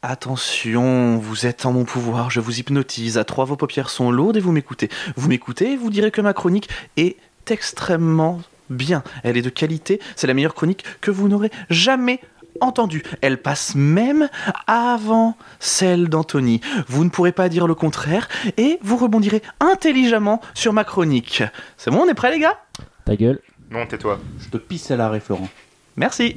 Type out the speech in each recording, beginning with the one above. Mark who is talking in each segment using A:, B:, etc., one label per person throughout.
A: Attention, vous êtes en mon pouvoir, je vous hypnotise. À trois, vos paupières sont lourdes et vous m'écoutez. Vous m'écoutez et vous direz que ma chronique est extrêmement bien. Elle est de qualité, c'est la meilleure chronique que vous n'aurez jamais entendue. Elle passe même avant celle d'Anthony. Vous ne pourrez pas dire le contraire et vous rebondirez intelligemment sur ma chronique. C'est bon, on est prêts les gars
B: Ta gueule.
C: Non, tais-toi.
D: Je te pisse à l'arrêt, Florent.
A: Merci.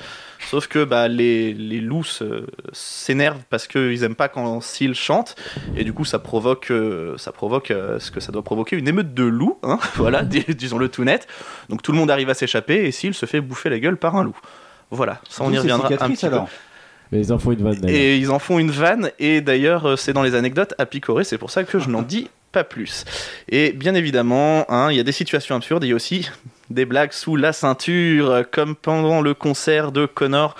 A: Sauf que bah, les, les loups se- s'énervent parce qu'ils aiment pas quand Seal chante, et du coup, ça provoque, euh, ça provoque euh, ce que ça doit provoquer, une émeute de loups, hein, voilà, dis- disons-le tout net. Donc tout le monde arrive à s'échapper, et Seal se fait bouffer la gueule par un loup. Voilà, ça on y
D: D'où ces
A: reviendra un
D: cicatrices,
A: petit peu.
D: alors.
B: Mais les infos, une vanne d'ailleurs.
A: Et ils en font une vanne, et d'ailleurs, euh, c'est dans les anecdotes à picorer, c'est pour ça que je n'en dis pas plus. Et bien évidemment, hein, il y a des situations absurdes, il y a aussi des blagues sous la ceinture, euh, comme pendant le concert de Connor,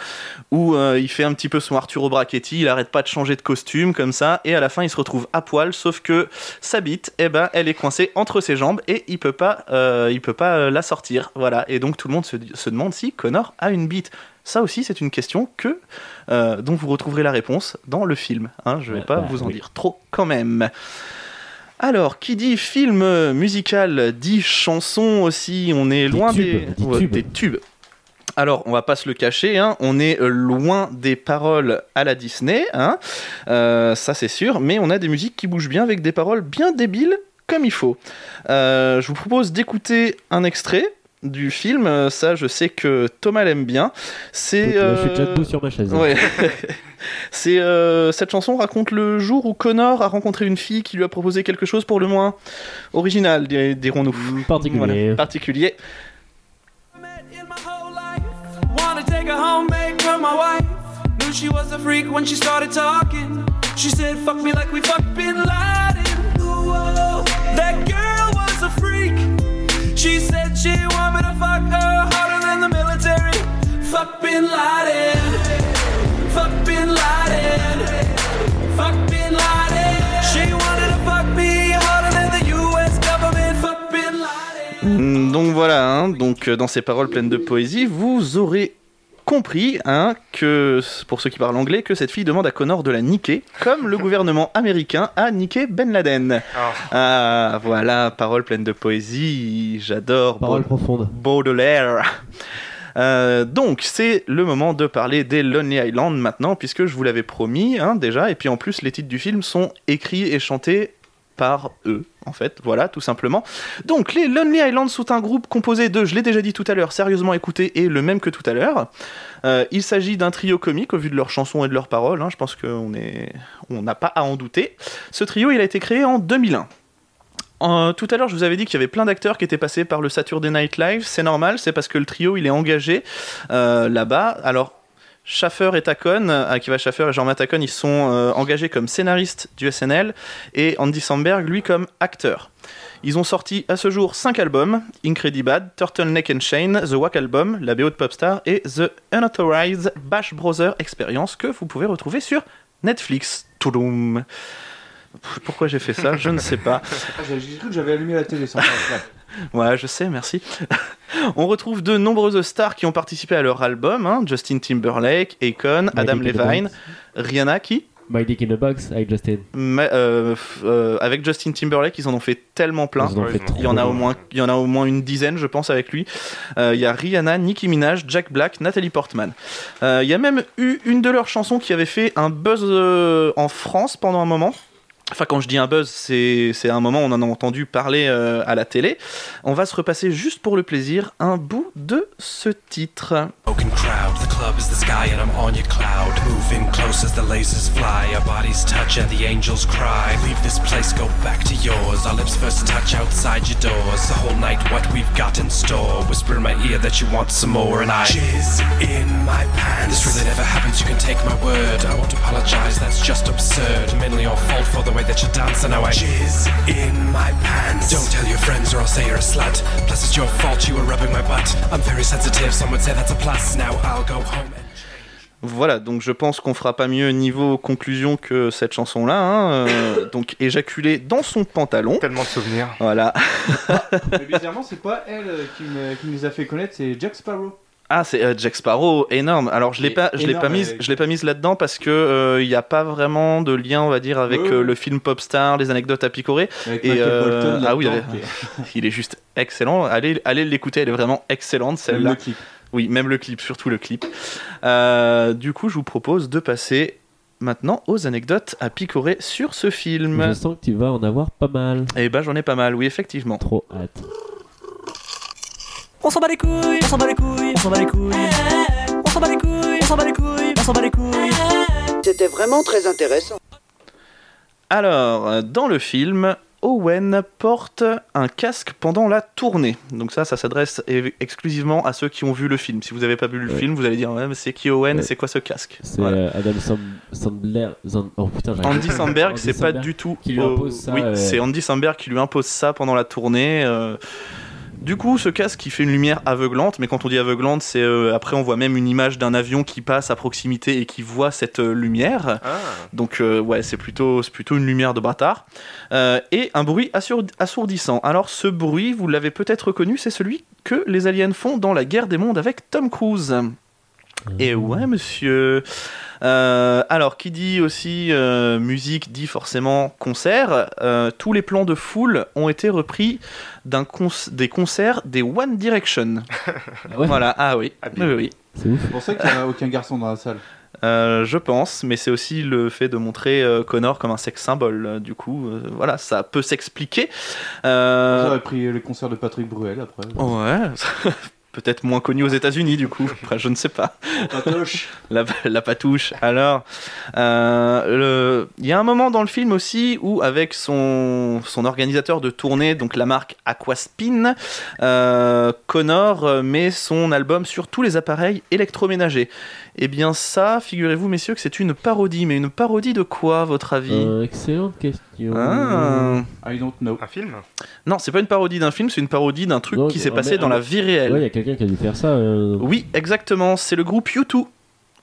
A: où euh, il fait un petit peu son Arturo Brachetti, il arrête pas de changer de costume, comme ça, et à la fin, il se retrouve à poil, sauf que sa bite, eh ben, elle est coincée entre ses jambes, et il peut pas, euh, il peut pas euh, la sortir, voilà. Et donc, tout le monde se, se demande si Connor a une bite. Ça aussi, c'est une question que euh, dont vous retrouverez la réponse dans le film. hein, je ne vais
B: Ouais,
A: pas
B: bah,
A: vous en
B: oui.
A: dire trop quand même. Alors, qui dit film euh, musical dit chanson aussi. On est loin
B: tubes,
A: des,
B: on dit tubes.
A: des tubes. Alors, on va pas se le cacher, hein, on est euh, loin des paroles à la Disney, hein, euh, ça c'est sûr, mais on a des musiques qui bougent bien avec des paroles bien débiles comme il faut. Euh, je vous propose d'écouter un extrait du film, euh, ça je sais que Thomas l'aime bien. C'est.
B: Donc, là, je suis déjà
A: euh,
B: debout sur ma chaise.
A: Ouais. C'est euh, cette chanson raconte le jour où Connor a rencontré une fille qui lui a proposé quelque chose pour le moins original, dir- dirons-nous.
B: particulier.
A: Particulier.
E: met in my whole life. Wanna take her home, make her my wife. Knew she was a freak when she started talking. She said, fuck me like we fucked Bin Laden. Ooh, oh, that girl was a freak. She said she wanted me to fuck her harder than the military. Fuck Bin Laden. Fuck Bin Laden. Fuck Bin Laden. She wanted to fuck me harder than the US government. Fuck Bin Laden.
A: Mm, Donc voilà, hein, donc euh, dans ces paroles pleines de poésie, vous aurez compris hein, que, pour ceux qui parlent anglais, que cette fille demande à Connor de la niquer, comme le gouvernement américain a niqué Ben Laden. Ah voilà, paroles pleines de poésie, j'adore.
B: Parole
A: Bon-
B: profonde.
A: Baudelaire. Euh, donc, c'est le moment de parler des Lonely Island maintenant, puisque je vous l'avais promis hein, déjà, et puis en plus, les titres du film sont écrits et chantés par eux, en fait, voilà, tout simplement. Donc, les Lonely Island sont un groupe composé de, je l'ai déjà dit tout à l'heure, sérieusement écouté, et le même que tout à l'heure. Euh, il s'agit d'un trio comique, au vu de leurs chansons et de leurs paroles, hein, je pense qu'on est... on n'a pas à en douter. Ce trio, il a été créé en 2001. Euh, tout à l'heure, je vous avais dit qu'il y avait plein d'acteurs qui étaient passés par le Saturday Night Live. C'est normal, c'est parce que le trio il est engagé euh, là-bas. Alors, Schaffer et Tacon, euh, Akiva Schaffer et Jean-Matt Tacon, ils sont euh, engagés comme scénaristes du SNL et Andy Samberg, lui, comme acteur. Ils ont sorti à ce jour 5 albums Incredibad, Turtleneck and Shane, The Wack Album, la BO de Popstar et The Unauthorized Bash Brother Experience que vous pouvez retrouver sur Netflix. Touloum. Pourquoi j'ai fait ça Je ne sais pas.
D: Ah, J'ai j'ai cru que j'avais allumé la télé sans faire exprès.
A: Ouais, je sais, merci. On retrouve de nombreuses stars qui ont participé à leur album hein, Justin Timberlake, Akon, Adam
B: Michael
A: Levine, Rihanna qui
B: My Dick in a Box avec Justin.
A: Mais, euh, f- euh, avec Justin Timberlake, ils en ont fait tellement plein.
B: Ils en ont fait
A: Il y en a
B: trop.
A: au moins, il y en a au moins une dizaine, je pense, avec lui. Euh, Il y a Rihanna, Nicki Minaj, Jack Black, Nathalie Portman. Euh, Il y a même eu une de leurs chansons qui avait fait un buzz euh, en France pendant un moment. Enfin, quand je dis un buzz, c'est c'est un moment où on en a entendu parler euh, à la télé. On va se repasser juste pour le plaisir un bout de ce titre.
C: Smoking crowd, the club is the sky and I'm on your cloud. Moving close as the lasers fly, our bodies touch and the angels cry. Leave this place, go back to yours. Our lips first touch outside your doors. The whole night, what we've got in store. Whisper in my ear that you want some more, and I jizz in my pants. This really never happens, you can take my word. I won't apologize, that's just absurd. Mainly your fault for the way that you dance, and now I jizz in my pants. Don't tell your friends or I'll say you're a slut. Plus, it's your fault you were rubbing my butt. I'm very sensitive, some would say that's a plus. Now I'll go home and.
A: Voilà, donc je pense qu'on fera pas mieux niveau conclusion que cette chanson-là. hein. Euh, donc éjaculer dans son pantalon.
F: Tellement de souvenirs.
A: Voilà.
D: Mais bizarrement, c'est pas elle euh, qui, me- qui nous a fait connaître, c'est Jack Sparrow.
A: Ah, c'est euh, Jack Sparrow, énorme. Alors je l'ai
D: Et
A: pas, je l'ai pas
D: énorme,
A: mise,
D: avec-
A: je l'ai pas mise là-dedans parce que euh, il n'y a pas vraiment de lien, on va dire, avec
D: Ouais,
A: euh,
D: ouais.
A: le film Popstar, les anecdotes à picorer.
D: Avec
A: Et,
D: Michael
A: euh,
D: Bolton.
A: ah oui,
D: là-dedans,
A: il y
D: qui est-
A: Il est juste excellent. Allez, allez l'écouter, elle est vraiment excellente
D: le
A: celle-là.
D: clip.
A: Oui, même le clip, surtout le clip. Euh, du coup, je vous propose de passer maintenant aux anecdotes à picorer sur ce film.
B: Je sens que tu vas en avoir pas mal.
A: Eh ben, j'en ai pas mal, oui, effectivement.
B: Trop hâte.
G: On s'en bat les couilles, on s'en bat les couilles, on s'en bat les couilles. On s'en bat les couilles, on s'en bat les couilles, on s'en bat les couilles.
H: C'était vraiment très intéressant.
A: Alors, euh, dans le film, Owen porte un casque pendant la tournée. Donc ça, ça s'adresse é- exclusivement à ceux qui ont vu le film. Si vous n'avez pas vu le
B: Ouais.
A: film, vous allez dire, Ouais, mais c'est qui Owen et
B: Ouais.
A: c'est quoi ce casque
B: C'est
A: Voilà.
B: euh, Adam Sam- Sandler. Zan- Oh putain, j'arrive
A: Andy
B: pas.
A: Samberg,
B: Andy
A: c'est pas
B: Samberg.
A: du tout.
B: qui lui
A: au-
B: impose ça,
A: Oui,
B: euh.
A: c'est Andy Samberg qui lui impose ça pendant la tournée. euh. Du coup, ce casque qui fait une lumière aveuglante, mais quand on dit aveuglante, c'est euh, après on voit même une image d'un avion qui passe à proximité et qui voit cette euh, lumière.
F: Ah,
A: Donc euh, ouais, c'est plutôt, c'est plutôt une lumière de bâtard. Euh, et un bruit assourd- assourdissant. Alors ce bruit, vous l'avez peut-être reconnu, c'est celui que les aliens font dans la guerre des mondes avec Tom Cruise. Et
B: Mmh.
A: ouais, monsieur. Euh, alors, qui dit aussi euh, musique dit forcément concert. Euh, tous les plans de foule ont été repris d'un cons- des concerts des One Direction.
B: Ah ouais,
A: Voilà, ah oui.
F: Ah,
A: oui, oui, oui.
B: C'est ouf.
D: C'est pour ça qu'il n'y a aucun garçon dans la salle.
A: Euh, je pense, mais c'est aussi le fait de montrer euh, Connor comme un sexe symbole. euh, du coup, euh, voilà, ça peut s'expliquer. Euh,
D: J'aurais pris le concert de Patrick Bruel après.
A: ouais, peut-être moins connu aux États-Unis, du coup. Après, je ne sais pas.
D: Patoche.
A: La, la patouche. Alors, euh, le- il y a un moment dans le film aussi où, avec son, son organisateur de tournée, donc la marque Aquaspin, euh, Connor euh, met son album sur tous les appareils électroménagers. Eh bien, ça, figurez-vous, messieurs, que c'est une parodie. Mais une parodie de quoi, à votre avis
B: Euh, excellente question.
A: Ah.
D: I don't know.
F: un film
A: Non, c'est pas une parodie d'un film, c'est une parodie d'un truc
B: Donc,
A: qui s'est
B: un
A: passé
B: mec-
A: dans
B: un
A: la
B: mec-
A: vie réelle.
B: Ouais, il y a quelqu'un qui a dû faire ça. euh,
A: Oui, exactement, c'est le groupe U2.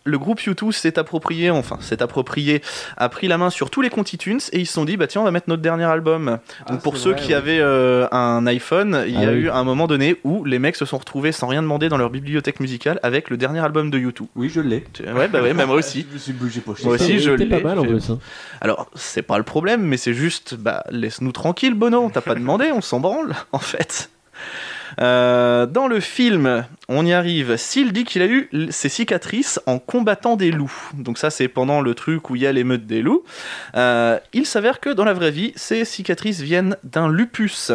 A: Le groupe U2 s'est approprié, enfin s'est approprié, a pris la main sur tous les Contitunes et ils se sont dit, bah tiens, on va mettre notre dernier album.
D: Ah,
A: Donc pour
D: c'est
A: ceux
D: vrai,
A: qui
D: ouais.
A: avaient euh, un iPhone, il y
B: Ah
A: a
B: oui.
A: eu un moment donné où les mecs se sont retrouvés sans rien demander dans leur bibliothèque musicale avec le dernier album de U2.
D: Oui, je l'ai.
A: Tu- Ouais, bah ouais, même moi aussi.
D: Je suis obligé pour
A: Moi
B: Putain,
A: aussi,
B: il
A: je
B: était
A: l'ai
B: pas mal en
A: fait.
B: plus. hein.
A: Alors, c'est pas le problème, mais c'est juste, bah, laisse-nous tranquille, Bono, t'as pas demandé, on s'en branle, en fait. Euh, dans le film, on y arrive. S'il dit qu'il a eu l- ses cicatrices en combattant des loups, donc ça c'est pendant le truc où il y a l'émeute des loups, Euh, il s'avère que dans la vraie vie, ces cicatrices viennent d'un lupus.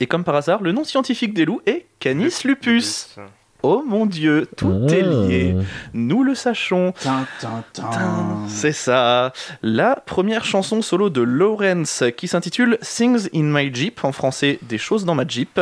A: Et comme par hasard, le nom scientifique des loups est Canis lupus. Oh mon dieu, tout est
B: Ah,
A: lié. Nous le sachons.
D: Tin, tin, tin.
A: C'est ça. La première chanson solo de Lawrence qui s'intitule Things in My Jeep, en français Des choses dans ma Jeep.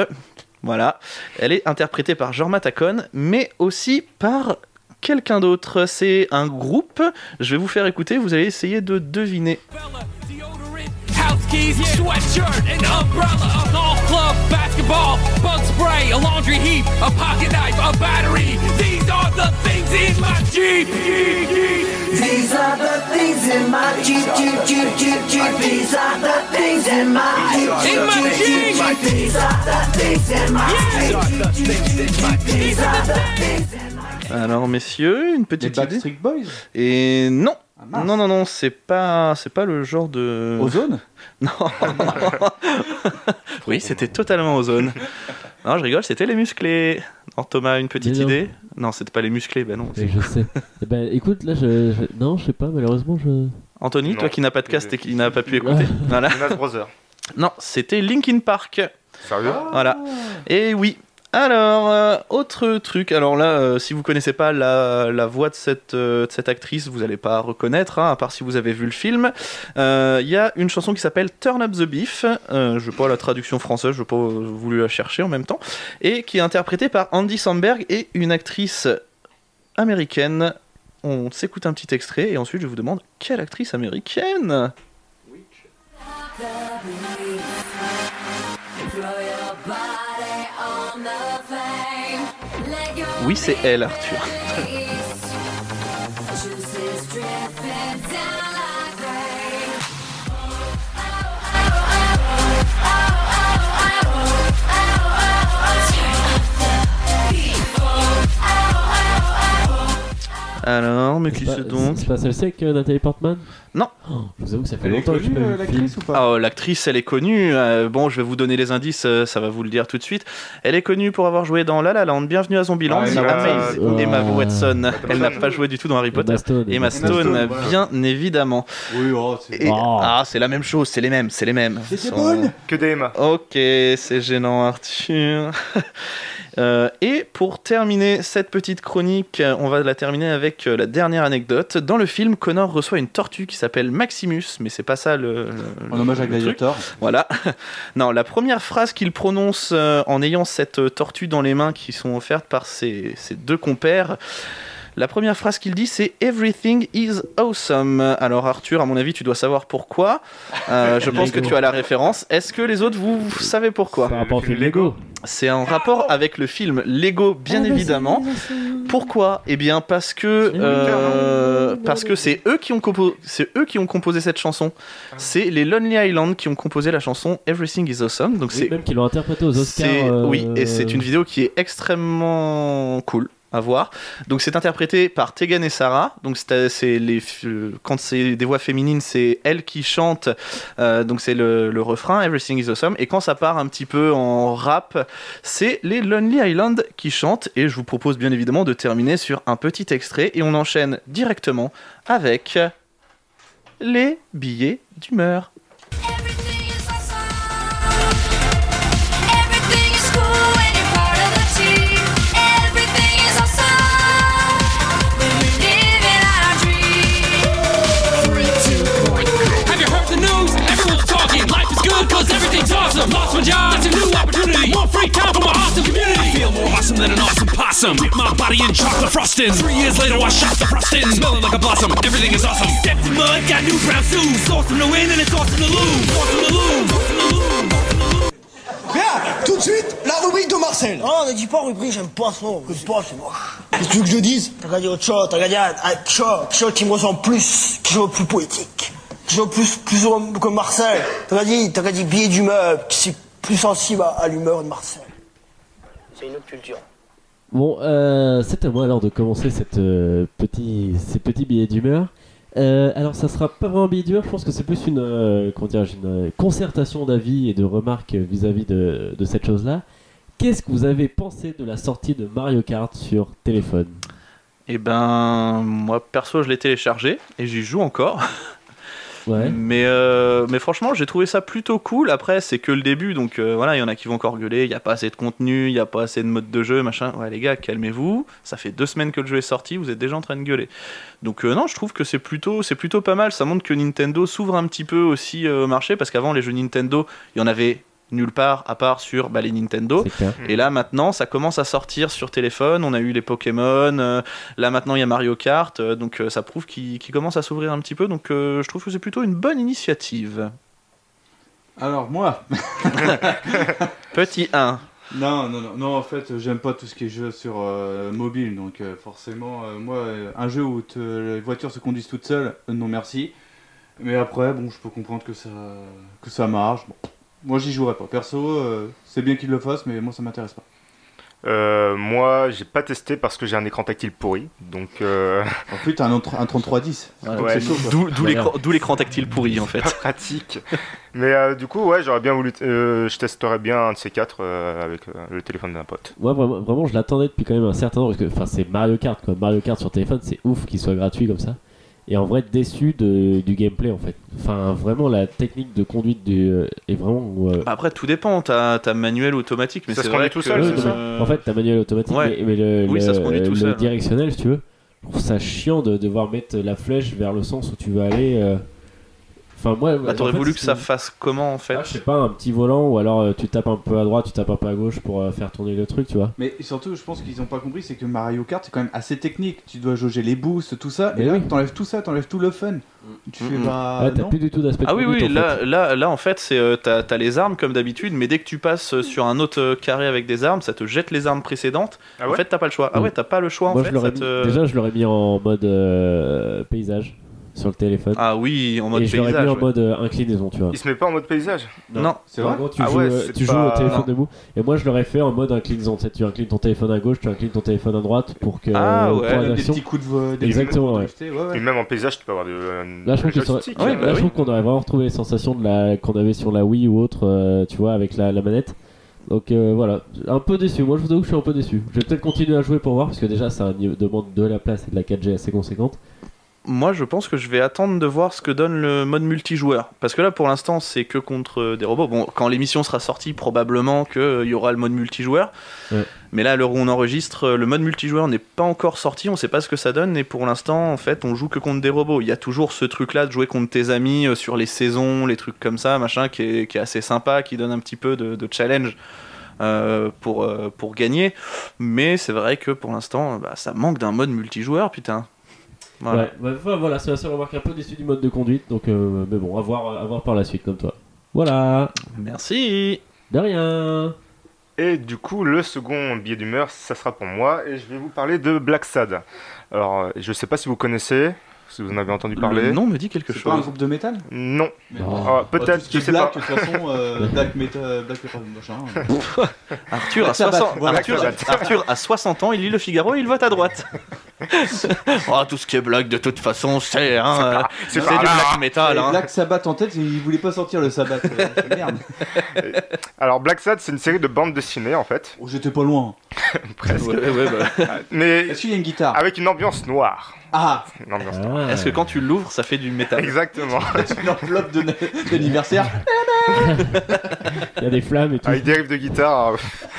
A: Voilà. Elle est interprétée par Jean Matacon, mais aussi par quelqu'un d'autre. C'est un groupe. Je vais vous faire écouter, vous allez essayer de deviner.
C: Bella, deodorant, house keys, sweatshirt, an umbrella, a golf club, basketball, bug spray, a laundry heap, a pocket knife, a battery. These are the things in my Jeep.
H: These are the things in my Jeep, Jeep, Jeep, Jeep, Jeep. These are the things in my Jeep,
C: In my Jeep.
H: These are the things in my Jeep, Jeep, Jeep, Jeep. These are the things in my
A: Alors, messieurs, une
D: Les
A: petite idée.
D: Backstreet Boys
A: Et non,
D: Ah, mince.
A: Non, non, non, c'est pas, c'est pas le genre de.
F: Ozone
A: Non. oui, c'était totalement ozone. Non, je rigole, c'était les musclés. Non, Thomas, une petite
B: Mais non.
A: idée Non, c'était pas les musclés, ben non.
B: Mais je sais. Eh ben, écoute, là, je, je- Non, je sais pas, malheureusement, je.
A: Anthony,
I: Non.
A: toi qui n'as pas de cast et qui n'a pas pu écouter. voilà.
I: Jonas Brother.
A: Non, c'était Linkin Park.
I: Sérieux
A: Voilà. Et oui. Alors, euh, autre truc. Alors là, euh, si vous connaissez pas la, la voix de cette, euh, de cette actrice, vous n'allez pas reconnaître, hein, à part si vous avez vu le film. Euh, Il y a une chanson qui s'appelle Turn Up the Beef. Euh, je ne pas la traduction française, je n'ai pas euh, voulu la chercher en même temps. Et qui est interprétée par Andy Samberg et une actrice américaine. On s'écoute un petit extrait et ensuite je vous demande quelle actrice américaine Oui, c'est elle, Arthur. Alors, mais qui
B: pas-
A: c'est donc
B: C'est pas celle-ci avec euh, Nathalie Portman
A: Non.
B: Oh, je vous avoue que ça fait
D: Elle est
B: longtemps que je
D: connue,
B: peux
D: euh, l'actrice ou pas
A: Ah, euh, l'actrice, elle est connue. euh, bon, je vais vous donner les indices, euh, ça va vous le dire tout de suite. Elle est connue pour avoir joué dans La La Land, Bienvenue à Zombieland,
I: Ah,
A: c'est
I: Emma
A: Amazing.
B: Watson.
A: Emma Watson. Elle n'a
I: Watson.
A: pas joué du tout dans Harry Potter.
B: Ah. Emma Stone.
A: Emma Stone,
D: Stone, voilà.
A: bien évidemment.
D: Oui, oh, c'est.
A: Et-
B: Oh.
A: Ah, c'est la même chose, c'est les mêmes, c'est les mêmes.
D: C'était
A: Sont-
D: bonne
I: Que des Emma.
A: Ok, c'est gênant Arthur. Euh, et pour terminer cette petite chronique, euh, on va la terminer avec euh, la dernière anecdote. Dans le film, Connor reçoit une tortue qui s'appelle Maximus, mais c'est pas ça le. le-
D: En hommage à
A: le truc.
D: Gladiator.
A: Voilà. Non, la première phrase qu'il prononce euh, en ayant cette euh, tortue dans les mains qui sont offertes par ses, ses deux compères, la première phrase qu'il dit c'est Everything is awesome. Alors Arthur, à mon avis, tu dois savoir pourquoi. Euh, je pense que tu as la référence. Est-ce que les autres, vous, vous savez pourquoi
B: Par rapport au
I: Le film
B: film Lego.
A: C'est en rapport avec le film Lego, Ah,
B: Ah,
A: bah, bien évidemment. Pourquoi Eh bien parce que euh, parce que c'est eux qui ont compo- c'est eux qui ont composé cette chanson. C'est les Lonely Island qui ont composé la chanson Everything Is Awesome. Donc
B: Oui,
A: c'est
B: même qu'ils l'ont interprété aux Oscars.
A: c'est-
B: euh,
A: oui et c'est une vidéo qui est extrêmement cool à voir. Donc c'est interprété par Tegan et Sarah. Donc c'est c'est les f- euh, quand c'est des voix féminines, c'est elles qui chantent. Euh, donc c'est le, le refrain Everything is awesome et quand ça part un petit peu en rap, c'est les Lonely Island qui chantent et je vous propose bien évidemment de terminer sur un petit extrait et on enchaîne directement avec les billets d'humeur.
G: Have you heard the news? Everyone's talking. Life is good cause everything's awesome. Lost my job, that's a new opportunity. More free time for my awesome community. I feel more awesome than an awesome possum. Dip my body in chocolate frosting. Three years later, I shot the frosting. Smelling like a blossom, everything is awesome. Stepped in mud, got new brown shoes. It's awesome to win and it's awesome to lose. Awesome to lose. Awesome to lose.
H: Tout de suite, la rubrique de Marcel.
J: Oh, ne dis pas rubrique, j'aime pas ça. J'aime pas, c'est moche. Qu'est-ce que tu veux que je dise T'as regardé autre chose, t'as regardé un- un chose, quelque chose qui me ressemble plus, quelque chose de plus poétique, quelque chose de plus, plus homme comme Marcel. T'as dit, t'as dit billet d'humeur, qui c'est plus sensible à, à l'humeur de Marcel. C'est une autre culture.
B: Bon, euh, c'est à moi alors de commencer cette, euh, petit, ces petits billets d'humeur. Euh, alors, ça sera pas vraiment billet d'humeur, je pense que c'est plus une, euh, comment dirais-je, une euh, concertation d'avis et de remarques euh, vis-à-vis de, de cette chose-là. Qu'est-ce que vous avez pensé de la sortie de Mario Kart sur téléphone
A: Eh ben, moi perso, je l'ai téléchargé et j'y joue encore.
B: Ouais.
A: Mais, euh, mais franchement, j'ai trouvé ça plutôt cool. Après, c'est que le début, donc euh, voilà, il y en a qui vont encore gueuler. Il n'y a pas assez de contenu, il n'y a pas assez de mode de jeu, machin. Ouais, les gars, calmez-vous. Ça fait deux semaines que le jeu est sorti, vous êtes déjà en train de gueuler. Donc, euh, non, je trouve que c'est plutôt, c'est plutôt pas mal. Ça montre que Nintendo s'ouvre un petit peu aussi euh, au marché parce qu'avant, les jeux Nintendo, il y en avait nulle part à part sur bah, les Nintendo.
B: C'est clair.
A: Et là maintenant, ça commence à sortir sur téléphone. On a eu les Pokémon. euh, là maintenant, il y a Mario Kart. euh, donc euh, ça prouve qu'il qu'il commence à s'ouvrir un petit peu. Donc euh, je trouve que c'est plutôt une bonne initiative.
D: Alors, moi.
A: Petit 1.
D: Non, non, non, non, en fait, euh, j'aime pas tout ce qui est jeu sur euh, mobile, donc euh, forcément, euh, moi, euh, un jeu où te- les voitures se conduisent toutes seules, euh, non merci. Mais après, bon, je peux comprendre que ça, que ça marche. Bon, Moi, j'y jouerai pas. Perso, euh, c'est bien qu'ils le fassent, mais moi, ça m'intéresse pas.
F: Euh, moi, j'ai pas testé parce que j'ai un écran tactile pourri. Donc, euh,
D: En plus, t'as un, autre- un 3310.
F: Ouais,
D: Donc c'est chaud, quoi.
A: D'où d'où l'écran- d'où l'écran tactile pourri en fait.
F: pas pratique. Mais euh, du coup, ouais, j'aurais bien voulu. t- euh, je testerais bien un de ces quatre euh, avec euh, le téléphone d'un pote.
B: Moi, vraiment, vraiment, je l'attendais depuis quand même un certain temps. Parce que, enfin, c'est Mario Kart, quoi. Mario Kart sur téléphone, c'est ouf qu'il soit gratuit comme ça. Et en vrai, déçu de, du gameplay, en fait. Enfin, vraiment, la technique de conduite du, euh, est vraiment. euh,
A: Bah après, tout dépend. T'as t'as manuel ou automatique, mais
F: Ça
A: c'est
F: se conduit
A: vrai
F: tout
A: que-
F: seul,
B: ouais,
F: c'est ça
B: non, mais En fait, t'as manuel automatique,
A: Ouais.
B: mais, mais le,
A: Oui,
B: le-
A: ça se conduit tout
B: le
A: seul, ouais.
B: directionnel, si tu veux, je trouve ça chiant de devoir mettre la flèche vers le sens où tu veux aller. euh. Enfin, moi.
A: Bah, T'aurais
B: en fait,
A: voulu
B: ce
A: que ça fasse comment en fait
B: Ah, je sais pas, un petit volant ou alors euh, tu tapes un peu à droite, tu tapes un peu à gauche pour euh, faire tourner le truc, tu vois.
D: Mais surtout, je pense qu'ils ont pas compris, c'est que Mario Kart, c'est quand même assez technique. Tu dois jauger les boosts, tout ça.
B: Mais
D: et là,
B: oui.
D: t'enlèves tout ça, t'enlèves tout le fun. Tu fais
A: Mm, mm.
D: bah.
B: ouais, t'as
D: non.
B: plus du tout d'aspect
A: Ah oui,
B: conduite,
A: oui,
B: en
A: là,
B: fait.
A: là, là, en fait, c'est euh, t'as t'as les armes comme d'habitude, mais dès que tu passes euh, sur un autre euh, carré avec des armes, ça te jette les armes précédentes.
F: Ah
A: en
F: ouais
A: fait, t'as pas le choix. Ah
B: Oui.
A: ouais, t'as pas le choix
B: Moi,
A: en fait. euh,
B: je l'aurais
A: ça
B: mis-
A: te-
B: Déjà, je l'aurais mis en mode euh, paysage sur le téléphone.
A: Ah oui, en mode
B: et je l'aurais
A: paysage.
B: mis en
A: ouais.
B: mode euh, inclinaison, tu vois.
F: Il se met pas en mode paysage.
A: Non,
D: C'est vrai
B: En gros, tu,
F: Ah
B: joues,
F: ouais,
B: euh,
F: c'est
B: tu
F: pas-
B: joues au téléphone
F: non.
B: debout. Et moi, je l'aurais fait en mode inclinaison. Tu, sais, tu inclines ton téléphone à gauche, tu inclines ton téléphone à droite pour que. euh,
A: Ah ouais,
B: pour
D: Ouais,
B: une
D: des
B: action.
D: petits coups de vo- des
B: Exactement, ouais.
D: petits coups de jeter, ouais,
F: Et
D: ouais.
F: même en paysage, tu peux avoir de. euh,
B: Là, je
F: le
B: trouve que ça aurait-
F: joystick,
A: Ouais,
F: hein.
B: Là,
A: bah
B: je
A: oui.
B: trouve qu'on aurait vraiment retrouvé les sensations de la... qu'on avait sur la Wii ou autre, euh, tu vois, avec la, la manette. Donc euh, voilà, un peu déçu. Moi, je vous avoue que je suis un peu déçu. Je vais peut-être continuer à jouer pour voir, parce que déjà, ça niveau- demande de la place et de la 4G assez conséquente.
A: moi je pense que je vais attendre de voir ce que donne le mode multijoueur. Parce que là pour l'instant c'est que contre euh, des robots. Bon, quand l'émission sera sortie, probablement qu'il y aura le mode multijoueur.
B: Ouais.
A: Mais là, à l'heure où on enregistre, euh, le mode multijoueur n'est pas encore sorti, on sait pas ce que ça donne. Et pour l'instant, en fait, on joue que contre des robots. Il y a toujours ce truc là de jouer contre tes amis euh, sur les saisons, les trucs comme ça, machin, qui est, qui est assez sympa, qui donne un petit peu de, de challenge. euh, pour, euh, pour gagner, mais c'est vrai que pour l'instant bah, ça manque d'un mode multijoueur, putain. Voilà.
B: Ouais, bah, voilà, voilà, c'est la seule remarque un peu déçue du mode de conduite. Donc, euh, mais bon, à voir, à voir par la suite, comme toi. Voilà,
A: Merci.
B: de rien.
F: Et du coup, le second billet d'humeur, ça sera pour moi, et je vais vous parler de Black Sad. Alors, euh, je sais pas si vous connaissez, si vous en avez entendu parler.
A: Le nom me dit quelque
D: C'est pas un
A: chose.
D: groupe de métal
F: Non.
D: Mais-
B: Non.
F: Ah,
D: Oh, tout
F: Peut-être,
D: ce qui
F: je
D: est
F: sais
D: black,
F: pas.
D: de toute façon, euh, black metal, black metal, machin. hein.
A: Arthur, à
D: Black Sabbath,
A: 60
D: voilà.
A: Arthur,
F: Black
A: Arthur a 60 ans, il lit le Figaro et il vote à droite. oh, tout ce qui est blague, de toute façon, c'est hein, euh, c'est
F: C'est
A: du
F: pas grave.
A: black metal. hein.
D: Black Sabbath en tête, ils voulaient pas sortir le Sabbath. euh, merde.
F: Alors, Black Sad, c'est une série de bandes dessinées, en fait.
D: Oh, j'étais pas loin.
F: Presque.
A: Ouais, ouais, bah.
F: Mais
D: Est-ce qu'il y a une guitare
F: avec une ambiance noire.
D: Ah
F: Une ambiance noire.
B: Ah.
A: Est-ce que quand tu l'ouvres, ça fait du
F: Ah.
A: métal
F: Exactement.
D: Une enveloppe de- d'anniversaire.
B: Il y a des flammes et tout.
F: Avec des riffs de guitare, euh,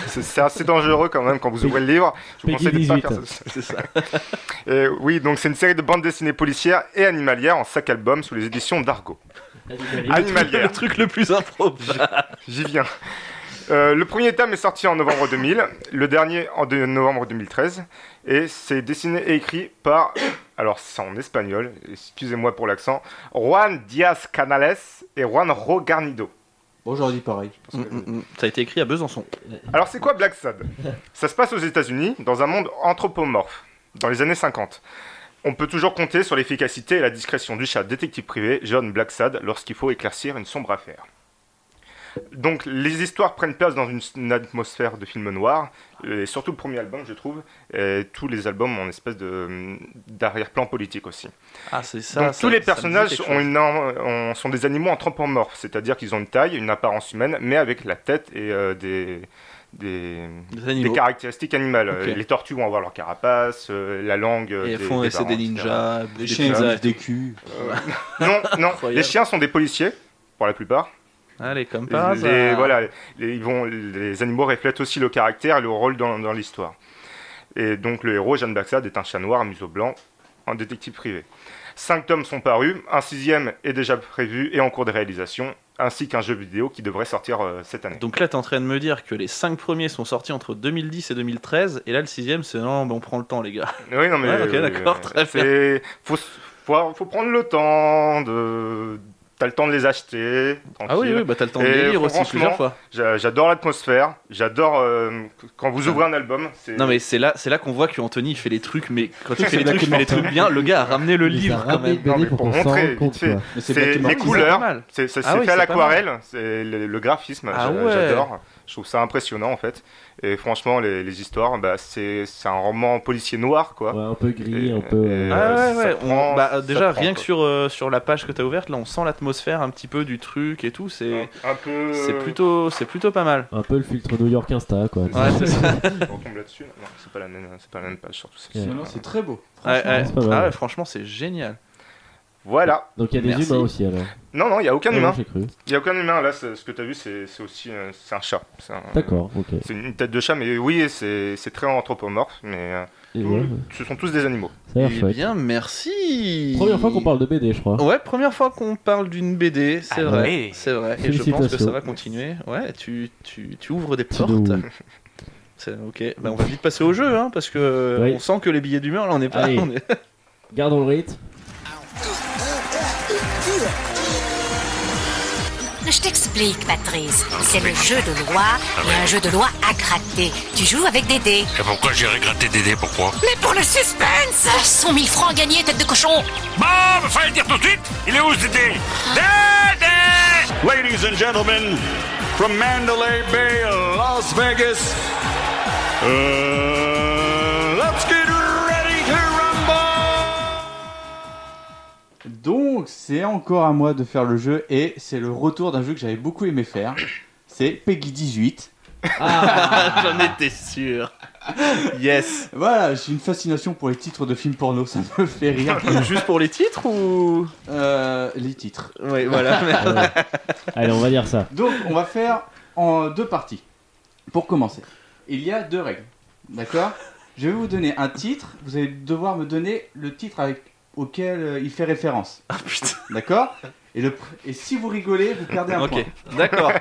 F: c'est c'est assez dangereux quand même quand vous ouvrez le livre. Je vous
B: Peggy
F: conseille de pas
B: 18.
F: faire ça. C'est ça. Et oui, donc c'est une série de bandes dessinées policières et animalières en sac album sous les éditions d'Argo.
A: Le
F: Animalières,
A: truc le plus improbable.
F: j'y viens. Euh, le premier tome est sorti en novembre 2000, le dernier en de- novembre 2013, et c'est dessiné et écrit par, alors c'est en espagnol, excusez-moi pour l'accent, Juan Diaz Canales et Juan Rogarnido.
D: Bon, j'aurais dit pareil.
A: Mm, mm, mm. ça a été écrit à Besançon.
F: Alors c'est quoi Black Sad Ça se passe aux États-Unis, dans un monde anthropomorphe, dans les années 50. On peut toujours compter sur l'efficacité et la discrétion du chat détective privé John Black Sad lorsqu'il faut éclaircir une sombre affaire. Donc les histoires prennent place dans une, une atmosphère de film noir, et surtout le premier album je trouve, et tous les albums ont une espèce de- hum, d'arrière-plan politique aussi.
A: Ah, c'est ça.
F: Donc,
A: ça-
F: tous les
A: ça me
F: personnages
A: dit quelque
F: ont
A: chose.
F: une en- ont- sont des animaux anthropomorphes, c'est-à-dire qu'ils ont une taille, une apparence humaine, mais avec la tête et euh, des, des,
A: des
F: des
A: animaux.
F: caractéristiques animales.
A: Ok.
F: Euh, Les tortues vont avoir leur carapace, euh, la langue. euh,
A: Et elles font- et c'est
F: parents,
A: des
F: etc.
A: ninjas, des
D: Les chiens, ils
A: pizzas.
D: bouffent des culs.
F: Non, non.
A: Incroyable.
F: les chiens sont des policiers, pour la plupart.
A: Allez, comme par
F: Les, les-
A: hasard.
F: voilà, les, ils vont, les animaux reflètent aussi le caractère et le rôle dans, dans l'histoire. Et donc le héros, Jeanne Baxad, est un chat noir, museau blanc, un détective privé. Cinq tomes sont parus, un sixième est déjà prévu et en cours de réalisation, ainsi qu'un jeu vidéo qui devrait sortir euh, cette année.
A: Donc là, t'es en train de me dire que les 5 premiers sont sortis entre 2010 et 2013, et là, le 6 c'est non, bah, on prend le temps, les gars.
F: Oui, non mais... euh,
A: Ouais, ok,
F: oui,
A: d'accord,
F: oui,
A: très
F: c'est- Faut, s- faut, faut prendre le temps de T'as le temps de les acheter. tranquille.
A: Ah oui, oui, bah t'as le temps de
F: Et
A: les lire aussi
F: franchement,
A: plusieurs fois.
F: j'a- J'adore l'atmosphère. J'adore euh, quand vous ouvrez un album. c'est-
A: Ah. Non mais c'est là, c'est là qu'on voit que Anthony il fait les trucs, mais quand il
F: C'est
A: fait les
F: là
A: trucs, il
F: qu'il
A: fait les
F: faut.
A: trucs bien. Le gars a ramené le
B: Il les a
A: livre quand
B: ramenés
A: même.
B: BD
F: Non, mais
B: pour
F: pour
B: qu'on s'en
F: montrer,
B: rende compte.
F: vite fait.
B: quoi.
D: Mais c'est
F: C'est
D: bâtiment
F: les
A: pas mal.
F: couleurs, c'est ça
A: Ah
F: s'est
A: oui, c'est
F: fait à
A: pas
F: l'aquarelle, c'est le, le graphisme,
A: Ah
F: j'a-
A: ouais.
F: j'adore. Je trouve ça impressionnant en fait. Et franchement, les, les histoires, bah, c'est c'est un roman policier noir quoi.
B: Ouais, un peu gris,
F: Et-
B: un peu.
F: et-
B: euh,
A: Ah ouais,
F: ça
A: ouais,
F: prend-
A: on- bah,
F: ça
A: déjà
F: prend,
A: rien que
F: quoi.
A: sur, euh, sur la page que t'as ouverte, là on sent l'atmosphère un petit peu du truc et tout, c'est,
F: Un peu. euh,
A: c'est plutôt, c'est plutôt pas mal.
B: Un peu le filtre New York Insta, quoi.
A: Ouais, c'est ça.
F: On retombe là-dessus. Non, c'est pas la même, c'est pas la même page surtout. celle-ci.
D: Non, non, c'est très beau.
A: Ouais, ouais.
B: c'est pas mal.
A: Ah ouais, franchement c'est génial.
F: Voilà.
B: Donc il y a des
A: Merci.
B: humains aussi alors.
F: Non, non, il y a aucun
B: Ah non,
F: humain.
B: j'ai cru.
F: Il y a aucun humain là. c'est- Ce que t'as vu, c'est c'est aussi, euh, c'est un chat. C'est un-
B: D'accord, ok.
F: C'est une tête de chat, mais oui, c'est c'est très anthropomorphe, mais euh,
B: Et
F: tout-
B: ouais,
F: ce sont tous des animaux.
B: ça a l'air
A: Eh
B: chouette.
A: bien merci.
B: Première fois qu'on parle de BD, je crois.
A: Ouais, première fois qu'on parle d'une BD, c'est
B: Allez.
A: vrai, c'est vrai. Et je pense que
B: Ah Félicitations.
A: ça va continuer. Ouais, tu, tu, tu ouvres des
B: Petit
A: portes.
B: de-
A: C'est ok. Bah, on va vite passer au jeu, hein, parce que euh,
B: Oui.
A: on sent que les billets d'humeur, là, on n'est pas.
B: Allez.
A: on est-
B: Gardons le rythme.
I: Je t'explique, Patrice. C'est le jeu de loi et un jeu de loi à gratter. Tu joues avec des dés.
G: Et pourquoi j'irai gratter Dédé Pourquoi
I: Mais pour le suspense 100 000 francs gagnés, tête de cochon
G: Bon, bah, fallait le dire tout de suite Il est où ce Dédé Dédé
C: Ladies and gentlemen, from Mandalay Bay, Las Vegas, uh, let's get ready to rumble!
D: Donc, c'est encore à moi de faire le jeu et c'est le retour d'un jeu que j'avais beaucoup aimé faire. C'est Peggy 18.
A: Ah, J'en étais sûr. Yes.
D: Voilà, j'ai une fascination pour les titres de films porno, ça me fait rire.
A: Juste pour les titres ou
D: Euh, les titres.
A: Oui, voilà. merde.
B: Ouais. Allez, on va dire ça.
D: Donc, on va faire en deux parties. Pour commencer, il y a deux règles. D'accord Je vais vous donner un titre, vous allez devoir me donner le titre avec, auquel euh, il fait référence.
A: Ah, putain.
D: D'accord et, le pr- et si vous rigolez, vous perdez un point.
A: Ok. D'accord.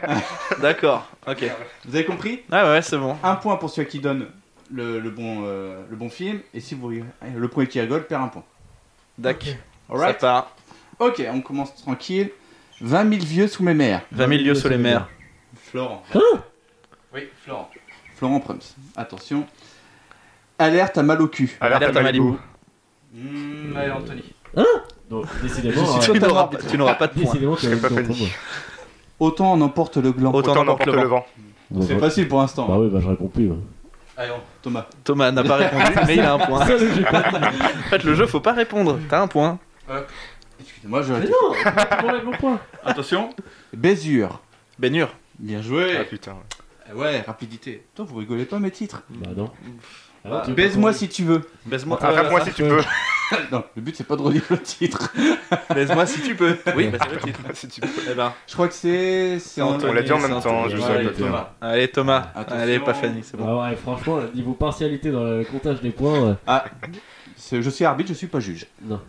A: D'accord. Ok.
D: Vous avez compris
A: Ah ouais, c'est bon.
D: Un point pour celui qui donne le, le bon, euh, le bon film, et si vous rigolez, le premier qui rigole perd un point.
A: Dac. Ça
D: Alright
A: part.
D: Ok, on commence tranquille. 20 000 vieux sous mes mères.
A: 20 000 lieux sous les mers.
D: Florent.
B: Hein
D: oui, Florent. Florent Prums. Attention. Alerte à mal au cul.
A: Alerte à Malibu.
D: Ah. Mmh, allez, Anthony.
B: Donc,
D: Je
B: décidément,
D: suis
B: euh,
A: Tu
D: totalement
A: n'auras pas-
D: habitué.
A: tu n'auras pas de points.
B: décidément, tu
F: serais
B: vas
F: pas
B: nous
F: fini.
D: Autant on emporte le gland.
A: Autant
F: Autant
A: n'emporte
F: n'emporte
A: le
F: le
A: vent.
F: vent.
B: entendre.
D: C'est facile pour l'instant.
B: Bah oui, bah je réponds plus. ouais.
D: Allez, on- Thomas.
A: Thomas n'a pas répondu, mais il a un point. en fait, le jeu, faut pas répondre. T'as un point.
D: Excusez-moi, je
B: Mais non, pour mon point.
D: Attention. Bésure.
A: Bénure.
D: Bien
F: Ah
D: joué. Eh
F: putain.
D: Ouais, rapidité. Toi, vous rigolez pas mes titres.
B: Bah non. Alors, Bah, tu veux
D: Baise-moi
B: pas
D: si tu veux.
A: Baise-moi.
F: Ah, Attrape-moi si tu peux.
D: non, le but c'est pas de redire le titre.
A: Baise-moi si tu peux. Oui, bah, c'est le titre.
F: Si tu peux.
A: Eh ben,
D: Je crois que c'est. c'est en-
A: Anthony,
F: On l'a dit en
A: c'est
F: même
A: Anthony.
F: temps, je
B: Ouais,
F: sais
B: il
F: pas
B: était
F: bien.
D: Thomas.
A: Allez Thomas,
D: Attention.
A: allez pas Fanny, c'est bon.
B: Ah ouais, franchement, là, niveau partialité dans le comptage des points, euh,
D: C'est- Je suis arbitre, je suis pas juge.
B: non.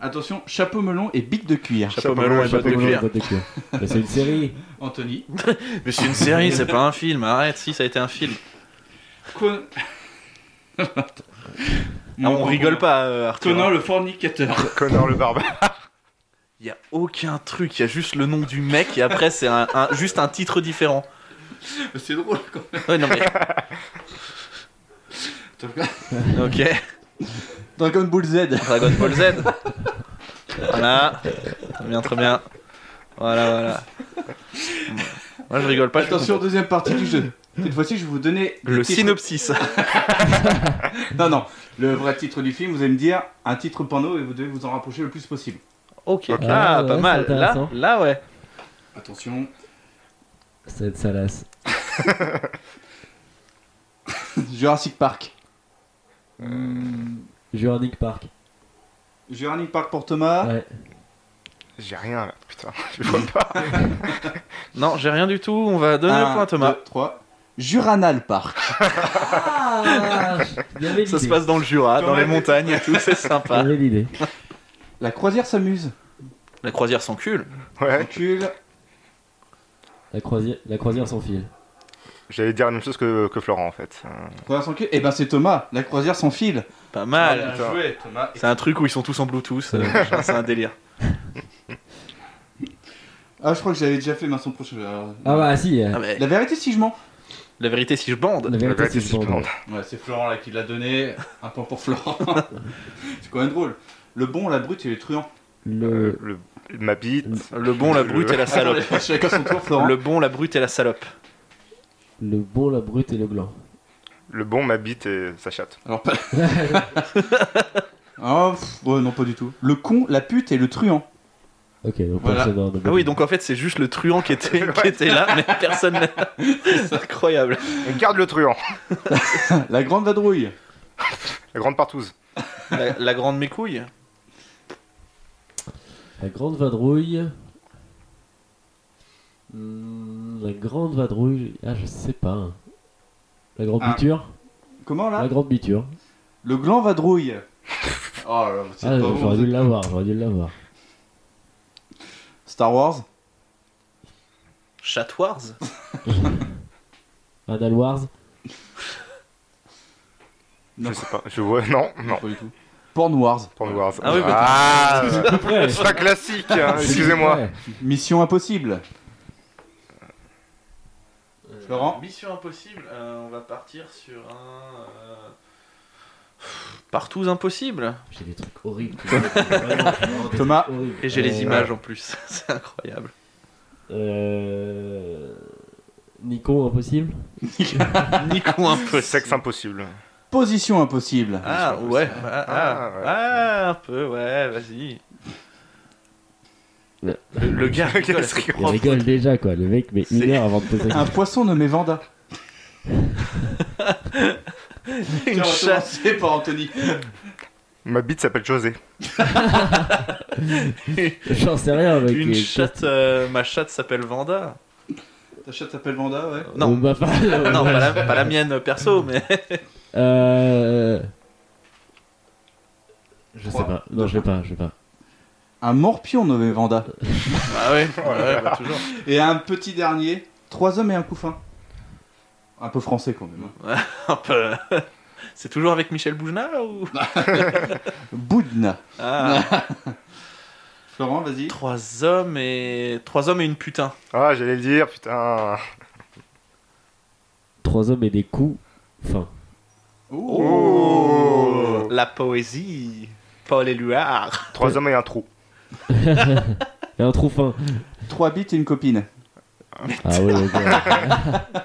D: Attention, chapeau melon et bique de cuir.
A: Chapeau melon et bottes de
B: Chapeau melon,
A: cuir.
B: bottes de cuir. Bah, c'est une série.
D: Anthony.
A: Mais c'est une série, c'est pas un film. Arrête, si ça a été un film.
D: Con-
A: Ah, on rigole pas, euh, Arthur.
D: Conan le fornicateur.
F: Connor le barbare.
A: Il y a aucun truc, il y a juste le nom du mec et après c'est un, un- juste un titre différent.
D: C'est drôle quand
A: Ouais, non mais
D: même.
A: OK.
D: Dragon Ball Z.
A: Dragon Ball Z. Voilà. Très bien, très bien. Voilà, voilà. Moi je rigole pas. je suis
D: Attention,
A: content.
D: deuxième partie du jeu. Cette fois-ci, je vais vous donner des
A: le
D: titres-
A: synopsis.
D: Non, non. Le vrai titre du film, vous allez me dire un titre porno et vous devez vous en rapprocher le plus possible.
A: OK.
F: Ok.
A: Ah,
B: Ah, ouais,
A: pas
B: c'est
A: mal. Là,
B: intéressant.
A: là ouais.
D: Attention.
B: Ça va être salace.
D: Jurassic Park.
B: Jurassic Park.
D: Jurassic Park pour Thomas.
B: Ouais.
F: J'ai rien là, putain. Je vois pas.
A: Non, j'ai rien du tout. On va donner le point à Thomas.
D: 3. Juranal Park.
B: Ah, il y avait
A: Ça se
B: l'idée.
A: passe dans le Jura, dans
D: Thomas
A: les
D: était-
A: montagnes et tout, c'est
B: Il y
A: sympa.
B: avait l'idée.
D: La croisière s'amuse.
A: La croisière sans cul.
F: Ouais.
D: Recule.
B: La croisière, la croisière sans fil.
F: J'allais dire la même chose que, que Florent en fait. Euh,
D: Croisière sans cul. Eh ben, c'est Thomas. La croisière sans fil.
A: Pas
B: Ah,
A: mal.
F: putain.
D: Ah, joué, Thomas.
A: C'est un truc où ils sont tous en Bluetooth. euh, machin, c'est un délire.
D: Ah, je crois que j'avais déjà fait, mais son prochain.
B: Ah bah, si.
D: euh, La vérité, si je mens.
A: La vérité, si je bande.
B: La vérité, si je bande.
D: Ouais, c'est Florent là qui l'a donné. Un point pour Florent. c'est quand même drôle. Le bon, la brute et les truands.
B: Le...
F: Le, ma bite.
A: Le Ah, bon, la brute et la salope.
D: Attendez, chacun son tour, Florent.
A: Le bon, la brute et la salope.
B: Le bon, la brute et le blanc.
F: Le bon, ma bite et sa chatte.
D: Alors, pas. Ah, pff, ouais, non, pas du tout. Le con, la pute et le truand.
B: Ok, donc
D: Voilà.
B: personne n'a-
A: Ah oui, donc en fait, c'est juste le truand qui était, qui était là, mais personne n'a. C'est incroyable.
F: Garde le truand.
D: La grande vadrouille.
F: La grande partouze.
A: La, la grande mécouille.
B: La grande vadrouille. Hmm, la grande vadrouille. Ah, je sais pas. La grande
D: Ah.
B: biture.
D: Comment là
B: La grande biture.
D: Le gland vadrouille. Oh là, c'est
B: Ah,
D: pas bon.
B: j'aurais
D: vous
B: dû
D: êtes-
B: l'avoir, j'aurais dû l'avoir.
D: Star Wars.
A: Chat Wars
B: Adal Wars.
F: Je sais pas. Je vois. Non, non.
D: Pas du tout. Porn Wars.
F: Porn Wars.
A: Ah oui, mais-
F: Ah, c'est un classique. hein, Excusez-moi.
D: Mission impossible. Florent
A: Mission impossible, euh, on va partir sur un. euh, Partous impossible.
B: J'ai des trucs horribles.
D: Thomas.
A: Et j'ai les images en plus, c'est incroyable.
B: Euh... Nikon, impossible.
A: Nikon impossible.
F: Sexe impossible.
D: Position impossible.
A: Ah ouais, ah, ah,
F: Ah, ouais.
A: ah, un peu, ouais, vas-y.
B: Ouais.
A: Le, le gars,
F: Le gars,
A: rigole,
F: c'est-
B: Il rigole déjà, quoi. Le mec met une
A: Oh, C'est-
B: heure avant de poser.
D: Un poisson nommé Vanda.
A: une chatte,
D: C'est par Anthony.
F: Ma bite s'appelle José.
B: J'en sais rien, mec.
A: une
B: mais-
A: chatte euh, ma chatte s'appelle Vanda.
D: Ta chatte s'appelle Vanda, ouais.
A: Non,
B: Bon, bah, pas-
A: Ah non pas, la, pas la mienne perso, mais
B: Euh... Je sais
D: Trois.
B: pas. Non, je vais pas, je vais pas.
D: Un morpion nommé Vanda.
A: ah ouais, ouais, bah, toujours.
D: Et un petit dernier. Trois hommes et un couffin. Un peu français quand même. hein.
A: Un peu. C'est toujours avec Michel Boujna ou
D: Boudna.
A: Ah,
D: Florent, vas-y.
A: Trois hommes et trois hommes et une putain.
F: Ah, j'allais le dire, putain.
B: Trois hommes et des coups. Enfin,
F: Oh.
A: La poésie. Paul Éluard.
F: Trois hommes et un trou.
B: et un trou fin.
D: Trois bits et une copine.
B: Ah ouais, ok.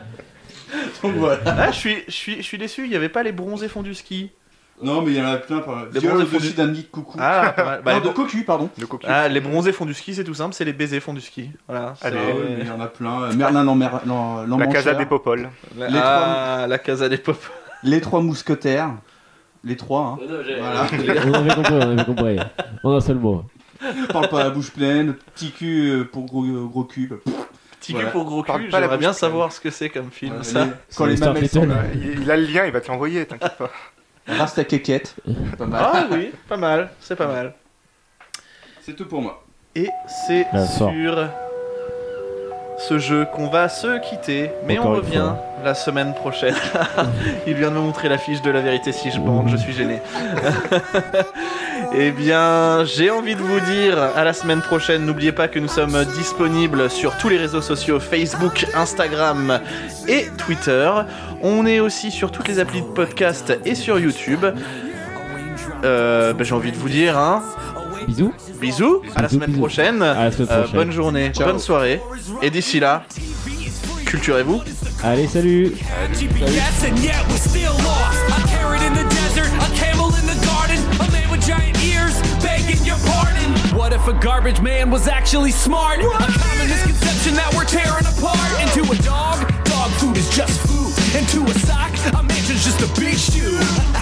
D: Donc voilà.
A: Ah, je suis, je suis, je suis déçu. Il n'y avait pas les bronzés font du ski.
D: Non, mais il y en a plein par
A: Le
D: Viol
A: bon
D: aussi
A: refus.
D: d'un nid de coucou.
A: Ah, pas mal. Bah,
D: non,
A: les,
D: de
A: bron-
D: cocu, pardon.
F: Le cocu.
A: Ah, les bronzés font du ski, c'est tout simple. C'est les baisers font du ski. Voilà. c'est-
D: Ah
F: Allez.
D: oui, mais il y en a plein. Euh, Merlin en mer... l'en-
F: La
D: l'emmancheur.
F: casa des popoles.
A: La-
D: Les
A: ah, la casa des pop.
D: Les trois mousquetaires. Les trois, hein. Voilà.
B: on avait compris, on avait compris. En un seul mot.
D: Parle pas à la bouche pleine. Petit cul euh, pour gros, gros cul.
A: Petit
D: Voilà.
A: cul pour gros
F: Parle
A: cul.
F: pas la
A: J'aimerais bien
F: bouche,
A: savoir ce que c'est comme film.
D: Euh,
A: ça.
D: les- Quand les
B: C'est Star
D: mamelles sont
B: Little.
D: là.
F: Il il a le lien, il va te l'envoyer, t'inquiète pas.
D: Rasta Kékette. Pas mal.
A: Ah oui, pas mal. C'est pas mal.
D: C'est tout pour moi.
A: Et c'est
B: Ah, fort.
A: sur ce jeu qu'on va se quitter, mais
B: Encore
A: on
B: une
A: revient la semaine prochaine. Il vient de me montrer l'affiche de la vérité si je bande, je suis gêné. Eh bien, j'ai envie de vous dire à la semaine prochaine. N'oubliez pas que nous sommes disponibles sur tous les réseaux sociaux Facebook, Instagram et Twitter. On est aussi sur toutes les applis de podcast et sur YouTube. Euh, bah, j'ai envie de vous dire, hein,
B: Bisous.
A: Bisous, à la
B: Bisous,
A: semaine
B: bisous.
A: prochaine.
B: À la semaine
A: Euh,
B: prochaine.
A: bonne journée, bonne soirée. Et d'ici là, culturez-vous.
B: Allez, salut.
G: GPS and yet we're still lost. A carrot in the desert, a camel in the garden, a man with giant ears begging your pardon. What if a garbage man was actually smart? A common misconception that we're tearing apart. And to a dog, dog food is just food. And to a sock, a mansion's just a big shoe.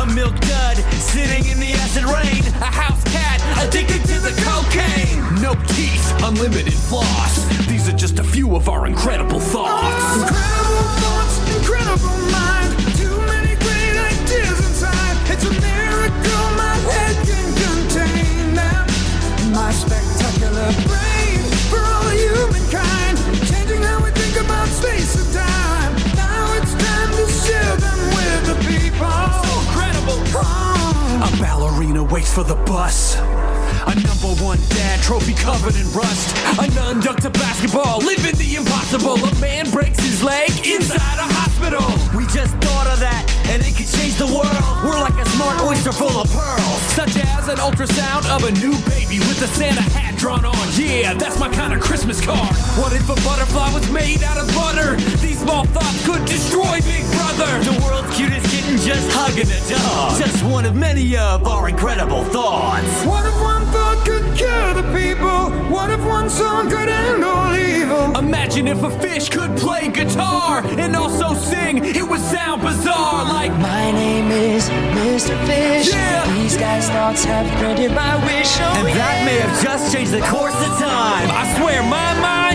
G: A milk dud sitting in the acid rain. A house cat addicted to the cocaine. No teeth, unlimited floss. These are just a few of our incredible thoughts.
E: Incredible thoughts, incredible mind. Too many great ideas inside. It's a miracle my head can contain them. My spectacular brain for all of humankind. Changing how we think about space and time. Now it's time to share them with the people.
G: incredible.
E: Oh.
G: A ballerina waits for the bus. A number one dad, trophy covered in rust. An unducted basketball, living the impossible. A man breaks his leg inside a hospital.
K: We just thought of that, and it could change the world. We're like a smart oyster full of pearls.
G: Such as an ultrasound of a new baby with a Santa hat drawn on. Yeah, that's my kind of Christmas card. What if a butterfly was made out of butter? These small thoughts could destroy Big Brother.
K: The world's cutest kitten just hugging a dog. Just one of many of our incredible thoughts.
C: What if one thought could kill the people? What if one song could end all evil?
G: Imagine if a fish could play guitar and also sing. It would sound bizarre like
L: My name is Mr. Fish. These guys' thoughts have granted my wish. Oh,
K: And that
L: yeah.
K: may have just changed the course of time.
G: I swear my mind